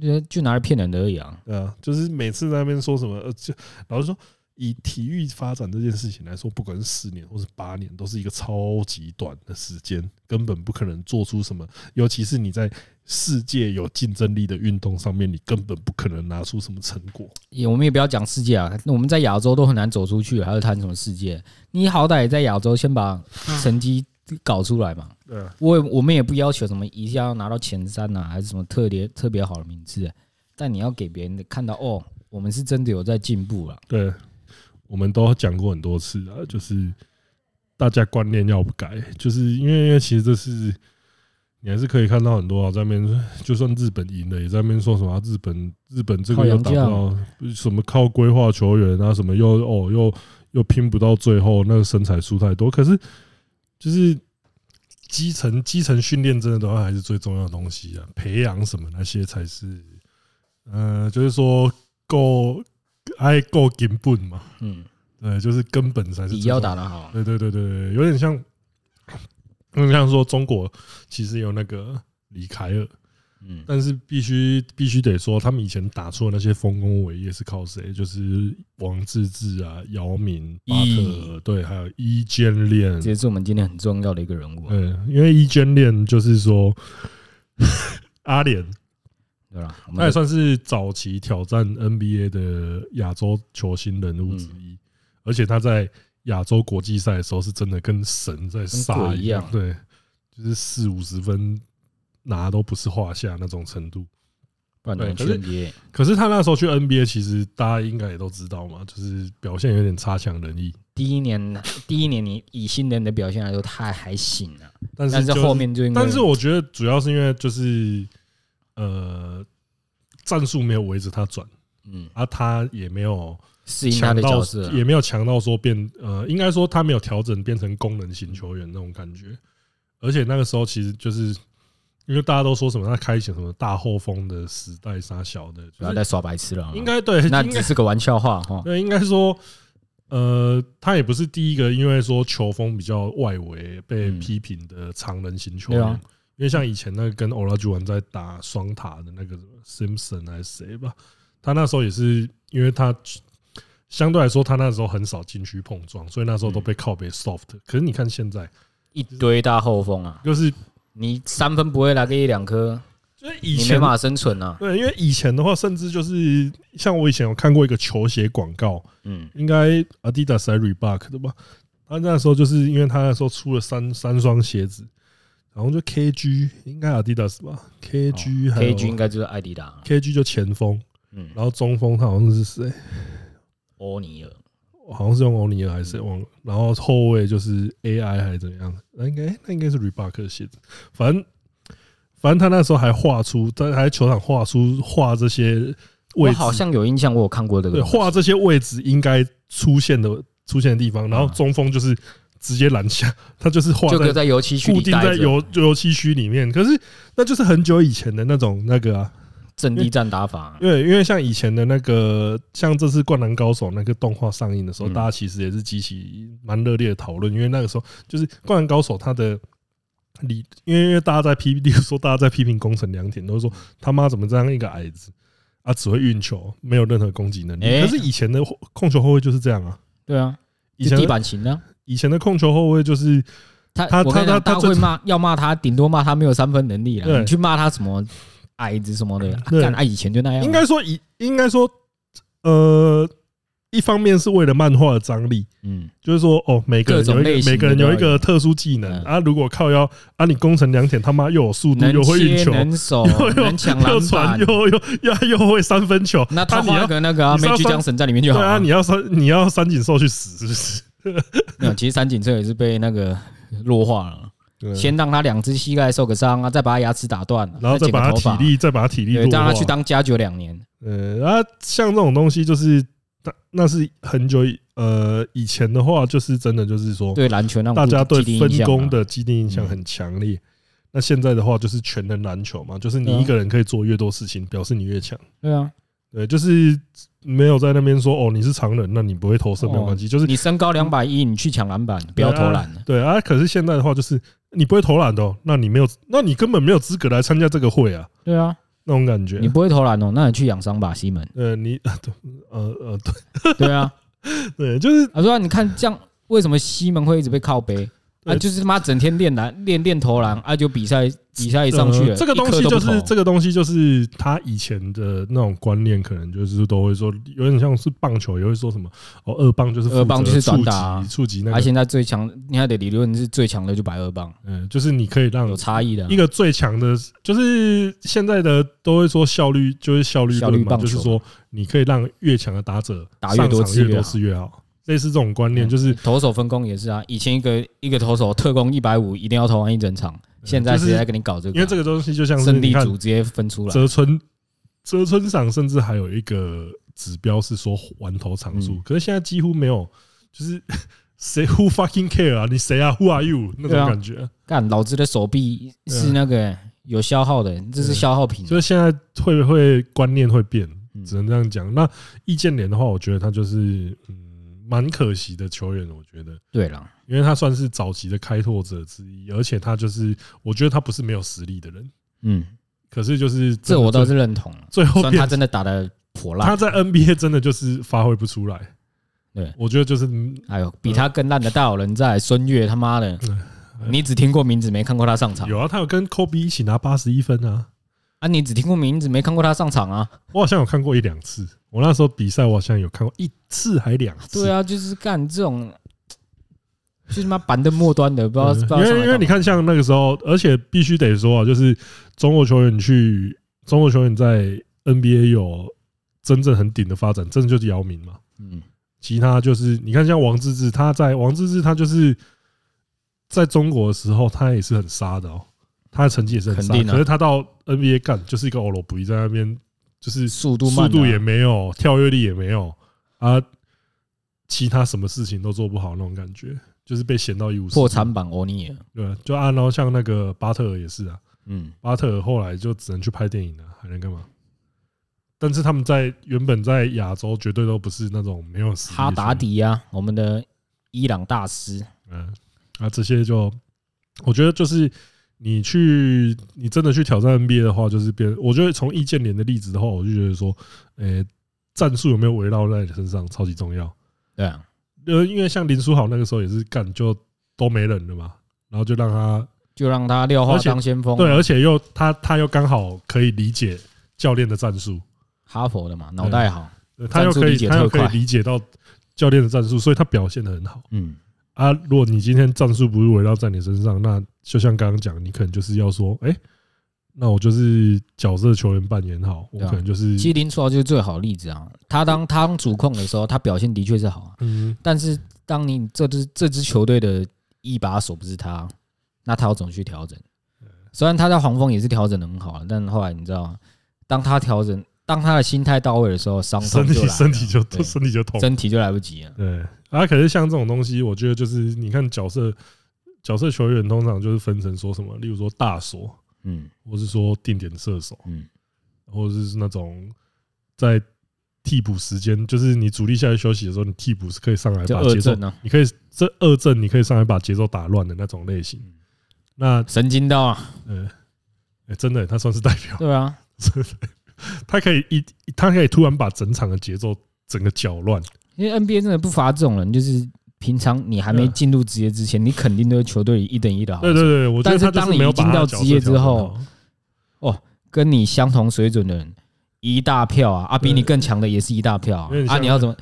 S2: 就就拿来骗人的而已啊。
S1: 对啊，就是每次在那边说什么，呃，就老实说，以体育发展这件事情来说，不管是十年或是八年，都是一个超级短的时间，根本不可能做出什么。尤其是你在世界有竞争力的运动上面，你根本不可能拿出什么成果。
S2: 也我们也不要讲世界啊，我们在亚洲都很难走出去，还要谈什么世界？你好歹也在亚洲先把
S1: 嗯
S2: 成绩搞出来嘛。
S1: 对啊，
S2: 我也我们也不要求什么一定要拿到前三啊，还是什么特别特别好的名次，但你要给别人看到哦，我们是真的有在进步了。
S1: 对，我们都讲过很多次啊，就是大家观念要改，就是因为因为其实这是你还是可以看到很多啊，在那边就算日本赢了，也在那边说什么、啊日本日本这个又达不
S2: 靠
S1: 到什么靠规划球员啊，什么又哦又又拼不到最后，那个身材输太多，可是就是。基层基层训练真的都还是最重要的东西啊，培养什么那些才是，呃，就是说够爱够根本嘛，
S2: 嗯，
S1: 对，就是根本才是
S2: 底
S1: 最
S2: 要
S1: 重
S2: 打得好啊，
S1: 对对对对对，有点像， <clears throat> 有点像说中国其实有那个李凯尔，
S2: 嗯，
S1: 但是必须必须得说，他们以前打出的那些丰功伟业是靠谁？就是王治郅啊、姚明、巴特尔，对，还有一坚练，
S2: 这也是我们今天很重要的一个人物啊，
S1: 对，因为一 E 坚练就是说 <laughs> 阿联，
S2: 对吧？我
S1: 他也
S2: 们
S1: 算是早期挑战 NBA 的亚洲球星人
S2: 嗯
S1: 物之一，而且他在亚洲国际赛的时候是真的跟神在
S2: 跟
S1: 杀
S2: 鬼一样
S1: 对，就是四五十分拿都不是话下那种程度。
S2: 不然你们
S1: 对可
S2: 去
S1: 是
S2: NBA，
S1: 可是他那时候去 NBA，其实大家应该也都知道嘛，就是表现有点差强人意，
S2: 第一年第一年你以新人的表现来说，他还行啊，
S1: 但是
S2: 但是
S1: 就是
S2: 后面就因为
S1: 但是我觉得主要是因为就是呃战术没有围着他转，
S2: 嗯
S1: 啊，他也没有。
S2: 适应他
S1: 强
S2: 的
S1: 到
S2: 角色啊，
S1: 也没有强到说变呃，应该说他没有调整变成功能型球员那种感觉。而且那个时候其实就是因为大家都说什么他开启什么大后锋的时代杀小的，
S2: 不
S1: 就
S2: 要
S1: 是
S2: 再耍白痴了啊。
S1: 应该对，应
S2: <laughs> 那
S1: 该
S2: 只是个玩
S1: <laughs>
S2: 笑话哈。
S1: 对，应该说呃，他也不是第一个因为说球风比较外围被
S2: 嗯
S1: 批评的常人型球
S2: 对
S1: 员
S2: 啊。
S1: 因为像以前那个跟欧拉朱文在打双塔的那个 Simpson 还是谁吧，他那时候也是因为他相对来说他那时候很少禁区碰撞，所以那时候
S2: 嗯
S1: 都被靠背 soft。可是你看现在，
S2: 一堆大后锋啊，
S1: 就是
S2: 你三分不会来个一两颗，
S1: 就是以
S2: 你没
S1: 前
S2: 办法生存啊。
S1: 对，因为以前的话，甚至就是像我以前有看过一个球鞋广告，
S2: 嗯，
S1: 应该 Adidas 还 Reebok 的吧？他那时候就是因为他那时候出了三三双鞋子，然后就 KG 应该 Adidas 吧，KG 还有
S2: 哦 K G 应该就是艾迪达啊，
S1: KG 就前锋，
S2: 嗯，
S1: 然后中锋他好像是谁，
S2: 欧尼尔，
S1: 好像是用欧尼尔还是谁忘了，然后后卫就是 AI 还是怎样，那应该那应该是 Reebok 的鞋子，反正反正他那时候还画出，他还在球场画出画这些
S2: 我
S1: 位
S2: 好
S1: 置，
S2: 像有印象，我有看过这
S1: 对，
S2: 个。
S1: 画这些位置应该出现的出现的地方，然后中锋就是直接拦下， <laughs> 他就是画
S2: 嗯就
S1: 在
S2: 搁在油漆区
S1: 固
S2: 里
S1: 定
S2: 待
S1: 在
S2: 着，
S1: 油油漆区里面，可是那就是很久以前的那种那个啊，
S2: 阵地战打法啊。
S1: 因为因为像以前的那个，像这次《灌篮高手》那个动画上映的时候，
S2: 嗯
S1: 大家其实也是激起蛮热烈的讨论，因为那个时候就是《灌篮高手》它的理，因为因为大家在批， <laughs> 例如说大家在批评宫城良田，都是说他妈怎么这样一个矮子啊，只会运球，没有任何攻击能力。
S2: 欸
S1: 可是以前的控球后卫就是这样啊，
S2: 对啊，
S1: 以
S2: 就
S1: 前
S2: 地
S1: 的
S2: 板型的啊。
S1: 以前的控球后卫就是
S2: 他
S1: 他
S2: 我跟你
S1: 他
S2: 讲，
S1: 他
S2: 大
S1: 他
S2: 家会骂，要骂他，顶多骂他没有三分能力啦。
S1: 对
S2: 你去骂他什么矮子什么的，啊
S1: 对
S2: 干啊，以前就那样啊。
S1: 应该说以应该说呃，一方面是为了漫画的张力，
S2: 嗯，
S1: 就是说，哦，每个人有
S2: 各种
S1: 一
S2: 类
S1: 个
S2: 型
S1: 每
S2: 的
S1: 个人有一个特殊技能
S2: 嗯
S1: 啊。如果靠腰啊，你攻城两点，他妈又有速度，又
S2: 能
S1: 会运
S2: 切
S1: 球，
S2: 能
S1: <laughs>
S2: 手
S1: 又又
S2: 能抢篮
S1: 又传，
S2: 板，
S1: 又又又又会三分球。
S2: 那
S1: 啊
S2: 他
S1: 你
S2: 画
S1: 要
S2: 一个那个啊，
S1: 你是要
S2: 美剧
S1: 放
S2: 江神在里面就
S1: 对
S2: 好了。
S1: 啊，你要三你要三井寿去死是不
S2: <laughs>
S1: 是？
S2: 没有，其实三井彻也是被那个弱化了，
S1: 对
S2: 先让他两只膝盖受个伤啊，再把他牙齿打断，
S1: 然后再
S2: 剪个
S1: 把他
S2: 头发
S1: 体，力，再把他体力
S2: 对，
S1: 弱
S2: 让
S1: 化
S2: 他。去当家酒两年。
S1: 呃，啊，像这种东西就是。那那是很久以呃以前的话，就是真的就是说，
S2: 对篮球那种
S1: 哦大家对
S2: 既定
S1: 分
S2: 印象啊
S1: 工的既定印象很强烈。那那现在的话就是全能篮球嘛，就是
S2: 对
S1: 你
S2: 啊
S1: 一个人可以做越多事情，表示你越强。
S2: 对啊，
S1: 对，就是没有在那边说哦，你是常人，那你不会投射没有关系。就是
S2: 哦你身高两百一，你去抢篮板，不要投篮了。
S1: 对啊，可是现在的话就是你不会投篮的、哦，那你没有，那你根本没有资格来参加这个会啊，
S2: 对啊，
S1: 那种感觉。
S2: 你。不会投篮哦，那你去养伤吧，西门
S1: 呃，你 <laughs> 呃呃对
S2: 对啊，
S1: 对，就是
S2: 他说啊你看这样，为什么西门会一直被靠背？啊，
S1: 对
S2: 就是他妈整天练篮练练投篮，啊，就比赛比赛一上去了，
S1: 呃这个东
S2: 一
S1: 西
S2: 颗都
S1: 就
S2: 不投
S1: 是这个东西就是他以前的那种观念，可能就是都会说有点像是棒球，也会说什么哦，二棒就是负责
S2: 二棒就是短打啊
S1: 触及触及那
S2: 他
S1: 个，
S2: 现在最强，你看的理论是最强的就白二棒，
S1: 嗯，就是你可以让
S2: 有差异的啊
S1: 一。个最强的，就是现在的都会说效率，就是效率
S2: 效率
S1: 论嘛，
S2: 棒球
S1: 就是说你可以让越强的打者
S2: 打
S1: 上
S2: 越多
S1: 场
S2: 次
S1: 越
S2: 越
S1: 多
S2: 好
S1: 次越好，类似这种观念，就是
S2: 嗯投手分工也是啊，以前一个一个投手特工一百五，一定要投完一整场，现在
S1: 就是
S2: 谁在跟你搞这个啊？
S1: 因为这个东西就像是
S2: 胜
S1: 你
S2: 利
S1: 看
S2: 组直接分出来，
S1: 泽村泽村赏，甚至还有一个指标是说完投场数，
S2: 嗯
S1: 可是现在几乎没有，就是 <laughs> 谁 who fucking care 啊，你谁啊，who are you 那种
S2: 对啊
S1: 感觉，
S2: 干老子的手臂是那个
S1: 啊
S2: 有消耗的，这是消耗品啊。
S1: 就是现在会会观念会变，
S2: 嗯
S1: 只能这样讲。那易建联的话，我觉得他就是嗯蛮可惜的球员，我觉得，
S2: 对了，
S1: 因为他算是早期的开拓者之一，而且他就是我觉得他不是没有实力的人，
S2: 嗯，
S1: 可是就是真
S2: 这
S1: 的
S2: 我倒
S1: 最
S2: 是认同了。
S1: 最后
S2: 虽然
S1: 变
S2: 他真的打的破
S1: 他
S2: 烂，
S1: 在 NBA 真的就是发挥不出来。
S2: 对
S1: 我觉得就是嗯
S2: 哎呦，比他更烂的大有人在。孙悦他妈的
S1: 嗯，
S2: 你只听过名字没看过他上场
S1: 有啊，他有跟 Kobe 一起拿八十一分啊，
S2: 啊？你只听过名字没看过他上场啊？
S1: 我好像有看过一两次。我那时候比赛，我好像有看过一次还两次。
S2: 对啊，就是干这种，就是他妈板凳末端的，不知道不知道
S1: 因
S2: 上
S1: 为因
S2: 来
S1: 为
S2: 干
S1: 你
S2: 嘛。
S1: 看，像那个时候，而且必须得说啊，就是中国球员去中国球员在 NBA 有真正很顶的发展，真的就是姚明嘛。
S2: 嗯，
S1: 其他就是你看，像王治郅，他在王治郅他就是在中国的时候，他也是很杀的哦，他的成绩也是很杀
S2: 肯，定啊
S1: 可是他到 NBA 干就是一个欧罗布在那边，就是
S2: 速度慢啊，
S1: 速度也没有，跳跃力也没有啊，其他什么事情都做不好那种感觉，就是被闲到一无是处
S2: 破产版欧尼尔。
S1: 对啊，就啊，然后像那个巴特尔也是啊，
S2: 嗯，
S1: 巴特尔后来就只能去拍电影了、还能干嘛？但是他们在原本在亚洲绝对都不是那种没有实力的
S2: 哈达
S1: 球员，
S2: 迪啊，我们的伊朗大师，
S1: 嗯啊，这些就我觉得就是你去你真的去挑战 NBA 的话，就是变，我觉得从易建联的例子的话，我就觉得说，呃，战术有没有围绕在你身上超级重要。
S2: 对啊，
S1: 呃，因为像林书豪那个时候也是干就都没人了嘛，然后就让他
S2: 就让他廖化
S1: 而且
S2: 当先锋啊，
S1: 对，而且又他他又刚好可以理解教练的战术，
S2: 哈佛的嘛，脑袋好，
S1: 呃他又
S2: 战术
S1: 可以
S2: 理解
S1: 他又
S2: 特
S1: 可
S2: 快
S1: 以理解到教练的战术，所以他表现的很好
S2: 嗯，
S1: 啊。如果你今天战术不是围绕在你身上，那就像刚刚讲，你可能就是要说，哎，那我就是角色球员扮演好，我
S2: 对啊
S1: 可能就是
S2: 其实林书豪就是最好的例子啊。他当他当主控的时候，他表现的确是好啊，
S1: 嗯，
S2: 但是当你这支这支球队的一把手不是他，那他要怎么去调整？虽然他在黄蜂也是调整的很好啊，但后来你知道吗，当他调整，当他的心态到位的时候，伤
S1: 身体
S2: 痛就来了，
S1: 身体就 <laughs>
S2: 对
S1: 身体就痛，
S2: 身体就来不及了。
S1: 对啊，可是像这种东西，我觉得就是你看角色角色球员通常就是分成说什么，例如说大锁，
S2: 嗯
S1: 或是说定点射手，
S2: 嗯，
S1: 或者是那种在替补时间，就是你主力下去休息的时候，你替补是可以上来
S2: 这
S1: 把
S2: 二
S1: 节奏
S2: 阵，呢，啊
S1: 你可以这二阵你可以上来把节奏打乱的那种类型。那
S2: 神经刀啊，
S1: 呃，欸真的，他算是代表， <laughs>
S2: 对啊，
S1: 他可以一他可以突然把整场的节奏整个搅乱。
S2: 因为 NBA 真的不乏这种人，就是平常你还没
S1: 对啊
S2: 进入职业之前，你肯定都是球队里一等一的好
S1: 对
S2: 手。
S1: 对对，我觉得
S2: 啊但是
S1: 他就
S2: 当你
S1: 没有
S2: 已经
S1: 把他
S2: 到
S1: 角色
S2: 职
S1: 调
S2: 业之
S1: 整
S2: 后
S1: 好，
S2: 跟你相同水准的人一大票啊，啊，比你更强的也是一大票啊
S1: 因为你，
S2: 啊，
S1: 像
S2: 你要怎么？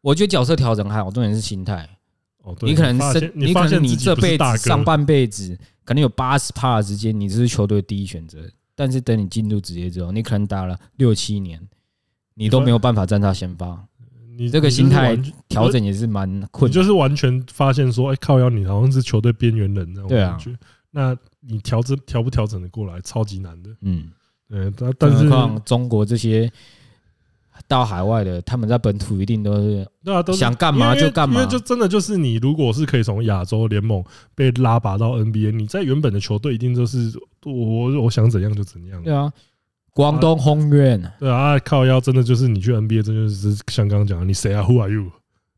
S2: 我觉得角色调整还好，重点是心态。
S1: 哦，对
S2: 你可能
S1: 发
S2: 是
S1: 现，
S2: 你
S1: 发
S2: 可
S1: 现
S2: 能
S1: 自
S2: 你
S1: 己
S2: 这
S1: 不是
S2: 辈
S1: 大
S2: 子
S1: 哥，
S2: 上半辈子可能有八十趴的时间，你这是球队第一选择，但是等你进入职业之后，你可能打了六七年，你都没有办法站上先发，
S1: 你
S2: 这个
S1: 你就是
S2: 心态
S1: 完全
S2: 调整也是蛮困
S1: 你就
S2: 难。
S1: 是完全发现说，哎、靠腰，你好像是球队边缘人那种
S2: 对啊
S1: 感觉。那你调整调不调整的过来，超级难的。
S2: 嗯，
S1: 嗯，但但是
S2: 何况中国这些到海外的，他们在本土一定都是
S1: 那啊都是
S2: 想干嘛
S1: 因为
S2: 就干
S1: 因
S2: 嘛
S1: 为就真的就是你，如果是可以从亚洲联盟被拉拔到 NBA，你在原本的球队一定就是我我我想怎样就怎样。
S2: 对啊，广东宏愿
S1: 对啊，靠腰真的就是你去 NBA，真的就是像刚刚讲的，你谁啊？Who are you？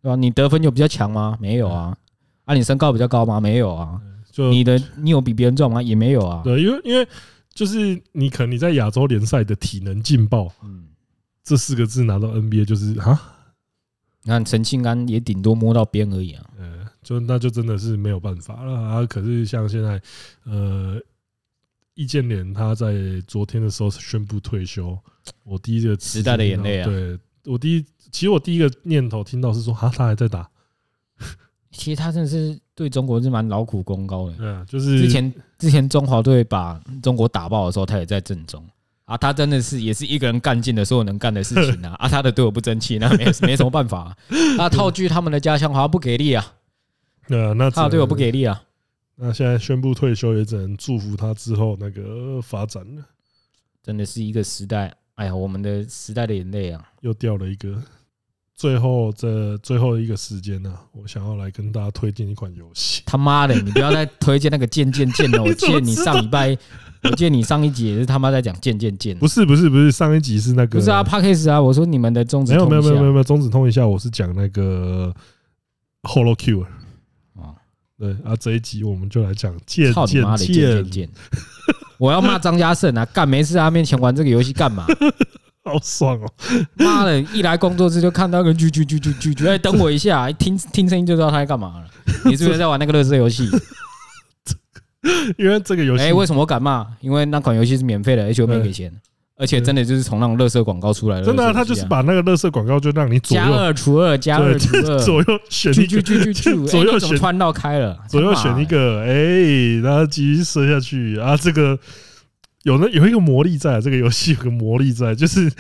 S2: 对吧、你得分有比较强吗？没有啊。啊，你身高比较高吗？没有啊。
S1: 就
S2: 你的你有比别人壮吗？也没有啊。
S1: 呃对，因为因为就是你可能你在亚洲联赛的体能劲爆
S2: 嗯，
S1: 这四个字拿到 NBA 就是啊，
S2: 你看陈庆安也顶多摸到边而已啊。
S1: 呃，就那就真的是没有办法了啊。可是像现在，呃，易建联他在昨天的时候宣布退休，我第一个
S2: 时代的眼泪啊
S1: 对我第一，其实我第一个念头听到是说啊，他还在打，
S2: 其实他真的是对中国是蛮劳苦功高的。
S1: 对啊，就是
S2: 嗯之前之前中华队把中国打爆的时候，他也在阵中啊，他真的是也是一个人干尽了所有能干的事情
S1: <laughs>
S2: 啊啊，他的队友不争气，那没没什么办法啊、那套句他们的家乡话不给力啊，
S1: 对啊，那只
S2: 他的队友不
S1: 能
S2: 给力啊，
S1: 那现在宣布退休，也只能祝福他之后那个发展了，
S2: 真的是一个时代，哎呀，我们的时代的眼泪啊，
S1: 又掉了一个。最后这最后一个时间呢、我想要来跟大家推荐一款游戏。
S2: 他妈的，你不要再推荐那个贱贱贱哦了，我记得你上礼拜，我记得你上一集也是他妈在讲贱贱贱哦
S1: 不，是不是不是，上一集是那个
S2: 不是啊 p a c k a g e 啊，我说你们的宗旨
S1: 没有没有没有没有
S2: 有
S1: 没有，中指痛一下，我是讲那个 Holo Q。
S2: 啊，
S1: 对啊，这一集我们就来讲剑
S2: 操你
S1: 剑
S2: 妈的，贱贱 <laughs>
S1: 剑，
S2: 贱！我要骂张家胜啊！干没事在他面前玩这个游戏干
S1: <laughs>
S2: 嘛？
S1: 好爽哦！
S2: 妈的，一来工作室就看到个啾啾啾啾啾啾，哎，等我一下， <laughs> 听听声音就知道他在干嘛了。你是不是在玩那个乐色
S1: <laughs>
S2: 游戏？
S1: 因为这个游戏
S2: 哎，为什么我敢骂？因为那款游戏是免费的，而且我没给钱，而且真的就是从那种乐色广告出来的。
S1: 真的啊，他就是把那个乐色广告就让你左
S2: 加
S1: 右
S2: 二除二，加
S1: 对
S2: 二除二，啾 <laughs>
S1: 左右选一
S2: 啾
S1: 个，
S2: 啾啾啾，
S1: 左右
S2: 哎那种
S1: 选
S2: 穿绕开了，
S1: 左右选一个，哎，然后继续射下去啊！这个有那有一个魔力在啊，这个游戏有个魔力在，就是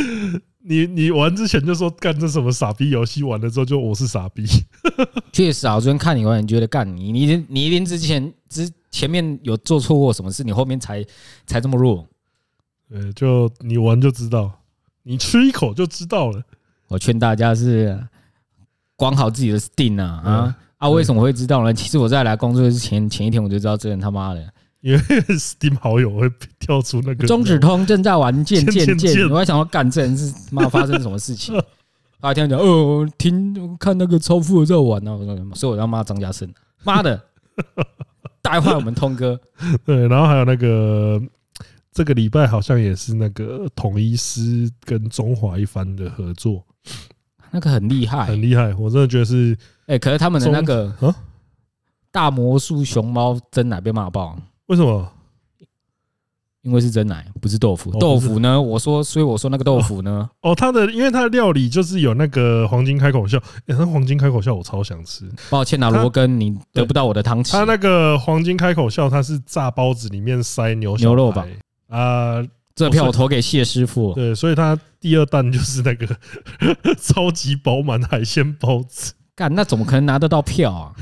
S1: <laughs> 你你玩之前就说干这什么傻逼游戏，玩了之后就我是傻逼，
S2: 确实啊，我昨天看你玩，你觉得干你，你一定你一定之前之前面有做错过什么事，你后面才才这么弱。
S1: 呃，就你玩就知道，你吃一口就知道了。
S2: 我劝大家是管好自己的定啊啊啊！
S1: 对
S2: 为什么会知道呢？其实我在来工作之前前一天我就知道这人他妈的
S1: 因为 <laughs> Steam 好友会跳出那个
S2: 中指通正在玩剑
S1: 剑
S2: 剑
S1: 剑
S2: 剑，
S1: 剑
S2: 我还想要干这人是妈发生什么事情？他听讲哦，听看那个超富的在玩啊，我说所以我要骂张家胜，妈的，带坏我们通哥。
S1: 对，然后还有那个这个礼拜好像也是那个统一师跟中华一番的合作，
S2: 那个很厉害，
S1: 很厉害，我真的觉得是
S2: 哎、可是他们的那个
S1: 中啊
S2: 大魔术熊猫真奶被骂爆，啊
S1: 为什么
S2: 因为是真奶，不是豆腐。
S1: 哦
S2: 豆腐呢？我说，所以我说那个豆腐呢，
S1: 哦，它的因为它的料理就是有那个黄金开口笑，哎，那黄金开口笑我超想吃，
S2: 抱歉啊，
S1: 它
S2: 罗根，你得不到我的汤
S1: 它
S2: 匙。
S1: 那个黄金开口笑它是炸包子里面塞牛小
S2: 牛肉
S1: 排
S2: 吧
S1: 啊、
S2: 这票我投给谢师傅。
S1: 对，所以它第二弹就是那个 <laughs> 超级饱满海鲜包子。
S2: 干，那怎么可能拿得到
S1: <laughs>
S2: 票啊？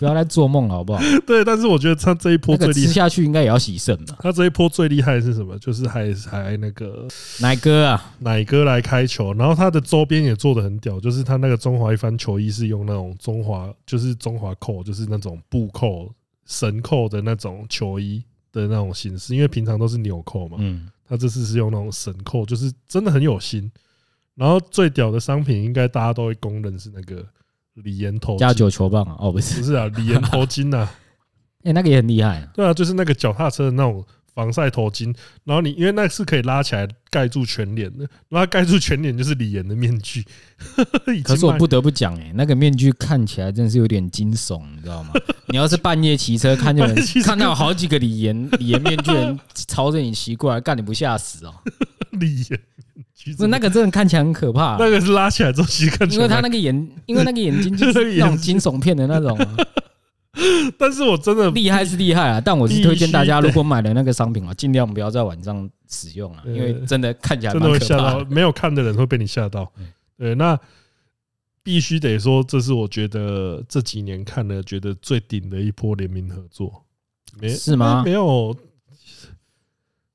S2: 不要来做梦了，好不好？
S1: 对，但是我觉得他这一波
S2: 那
S1: 最厉
S2: 个吃
S1: 害，
S2: 下去应该也要洗肾吧？
S1: 他这一波最厉害的是什么？就是还还那个
S2: 奶哥啊，
S1: 奶哥来开球，然后他的周边也做的很屌，就是他那个中华一番球衣是用那种中华，就是中华扣，就是那种布扣、绳扣的那种球衣的那种形式，因为平常都是纽扣嘛，
S2: 嗯，
S1: 他这次是用那种绳扣，就是真的很有心。然后最屌的商品，应该大家都会公认是那个李岩头
S2: 加
S1: 巾，
S2: 九球棒啊，哦，不是，
S1: 不是啊，李岩头巾呐、啊。
S2: <laughs> 哎，那个也很厉害啊。
S1: 对啊，就是那个脚踏车的那种防晒头巾，然后你因为那是可以拉起来盖住全脸的，然后盖住全脸就是李岩的面具。 <laughs> 已经
S2: 可是我
S1: 卖
S2: 不得不讲，哎，那个面具看起来真是有点惊悚，你知道
S1: <laughs>
S2: 吗？你要是半夜骑车看见
S1: 半夜骑
S2: 人，
S1: 车
S2: 看到好几个李 <laughs> 岩李岩面具人朝着你骑过来，干你不吓
S1: <laughs>
S2: 死哦？
S1: 李岩面具，
S2: 不是，那个真的看起来很可怕、啊
S1: 那个是拉起来之后其实看起
S2: 因为
S1: 来
S2: 他
S1: 蛮，
S2: 那个眼，因为那个眼睛就
S1: 那个
S2: 是
S1: 眼
S2: 那种惊悚片的那
S1: <laughs>
S2: 种、啊，
S1: 但是我真的
S2: 厉害是厉害啊！但我是推荐大家，
S1: 必须得
S2: 如果买了那个商品啊，尽量不要在晚上使用啊，
S1: 呃
S2: 因为真的看起来
S1: 真的
S2: 蛮
S1: 会
S2: 可
S1: 吓
S2: 怕
S1: 到，
S2: 的。嗯
S1: 没有看的人会被你吓到。对，那必须得说，这是我觉得这几年看了觉得最顶的一波联名合作，没
S2: 是吗
S1: 没有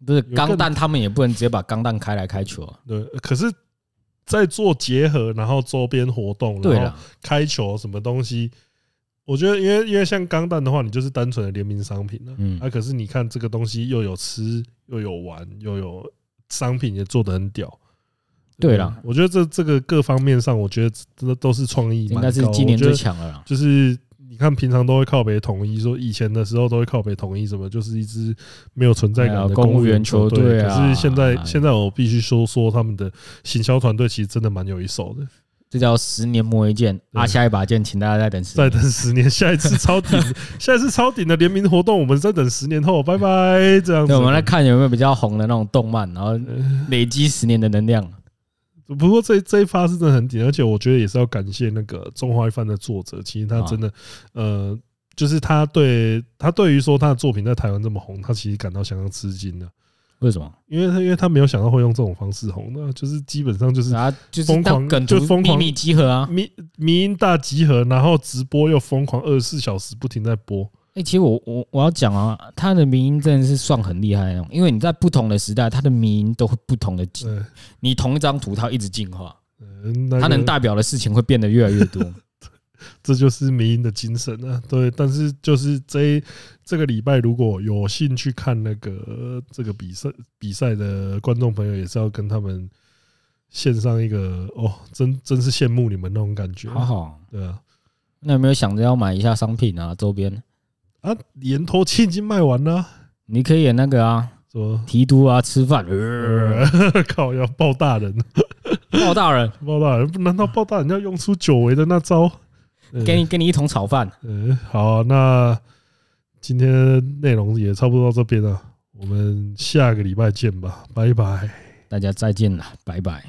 S2: 不是
S1: 有更
S2: 钢弹，他们也不能直接把钢弹开来开球啊。
S1: 对，可是在做结合，然后周边活动，
S2: 对
S1: 然后
S2: 了，
S1: 开球什么东西。我觉得，因为因为像钢弹的话，你就是单纯的联名商品了、啊。
S2: 嗯
S1: 可是你看这个东西又有吃，又有玩，又有商品，也做得很屌。
S2: 对啦
S1: 我觉得这这个各方面上，我觉得真的都是创意蛮
S2: 应
S1: 高。
S2: 该是
S1: 我
S2: 今年
S1: 觉
S2: 最
S1: 得
S2: 强了啦。
S1: 就是你看平常都会靠北统一，说以前的时候都会靠北统一，什么就是一支没有存在
S2: 哎
S1: 感
S2: 呀
S1: 的
S2: 公务员球
S1: 队。
S2: 队啊
S1: 可是现在
S2: 哎
S1: 现在我必须说说他们的行销团队其实真的蛮有一手的，
S2: 这叫十年磨一剑啊！
S1: 对
S2: 下一把剑，请大家再等十
S1: 再
S2: 年。
S1: 等十年，下一次超
S2: <laughs>
S1: 顶，下一次超顶的联名活动，我们再等十年后，拜拜，这样子。
S2: 对，我们来。看有没有比较红的那种动漫，然后
S1: 呃
S2: 累积十年的能量。
S1: 不过这这一发是真的很顶，而且我觉得也是要感谢那个《中华一番》的作者，其实他真的，
S2: 啊
S1: 呃，就是他对他对于说他的作品在台湾这么红，他其实感到相当吃惊的。
S2: 为什么？
S1: 因为他因为他没有想到会用这种方式红的，就是基本上就是
S2: 啊，就是
S1: 疯狂
S2: 当梗图
S1: 就疯
S2: 秘
S1: 狂
S2: 密集合啊！
S1: 迷迷音大集合，然后直播又疯狂二十四小时不停在播，
S2: 哎、其实我我我要讲啊，他的民音真的是算很厉害的那种，因为你在不同的时代，他的民音都会不同的进，
S1: 对，
S2: 你同一张图它一直进化，
S1: 呃那
S2: 它
S1: 个
S2: 能代表的事情会变得越来越多。
S1: 这就是迷音的精神啊，对。但是就是这一这个礼拜，如果有兴趣看那个呃这个比赛比赛的观众朋友，也是要跟他们献上一个哦，真真是羡慕你们那种感觉，
S2: 好好，
S1: <laughs> 对啊。
S2: 那有没有想着要买一下商品啊？周边
S1: 啊，盐头器已经卖完了啊，
S2: 你可以演那个啊，
S1: 什么？
S2: 提督啊，
S1: <laughs>
S2: 吃饭，呃
S1: 呃 <laughs> 靠，要抱大人。
S2: 鲍大人
S1: 包大人，难道包大人要用出久违的那招？呃
S2: 给你给你一桶炒饭。
S1: 呃，好、那今天的内容也差不多到啊这边了，我们下个礼拜见吧，拜拜。
S2: 大家再见了，拜拜。